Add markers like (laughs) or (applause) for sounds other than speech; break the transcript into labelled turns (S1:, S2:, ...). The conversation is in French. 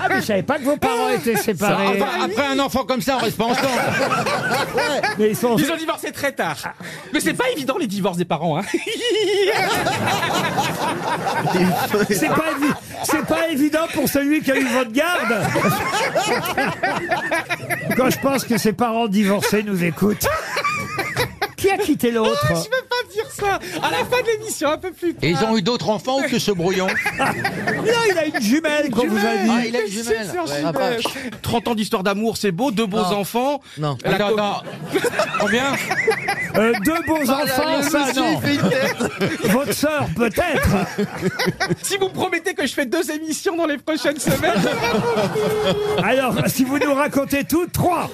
S1: Ah, je savais pas que vos parents étaient
S2: Ah, bah,
S1: séparés.
S3: Enfin, après un enfant comme ça, on reste
S2: (laughs)
S3: pas ensemble.
S1: Mais ils sont-
S4: Ils ont divorcé très tard.
S2: Ah.
S4: Mais c'est pas évident les divorces des parents. Hein.
S1: C'est pas, évi- c'est pas évident pour celui qui a eu votre (laughs) garde. Quand je pense que ses parents divorcés nous écoutent. Qui a quitté l'autre
S4: Je peux pas dire ça. À la fin de l'émission, un peu plus tard.
S3: Et ils ont eu d'autres enfants que ce brouillon
S1: Non, il a une jumelle qu'on vous a
S3: Ah,
S1: dit.
S3: il a une
S4: Qu'est-ce que
S3: jumelle.
S4: c'est, Serge
S3: Ouais.
S4: Gilbert
S3: Ah, bah,
S2: 30 ans d'histoire d'amour, c'est beau, deux beaux
S3: Non. Ah,
S2: enfants.
S3: Non.
S2: La
S3: Attends,
S2: co- (laughs)
S3: attends. Combien
S1: Euh, deux beaux enfants,
S2: Ah,
S1: ça non. Votre sœur peut-être.
S4: Si vous me promettez que je fais deux émissions dans les prochaines semaines,
S1: Alors, si vous nous racontez tout, trois.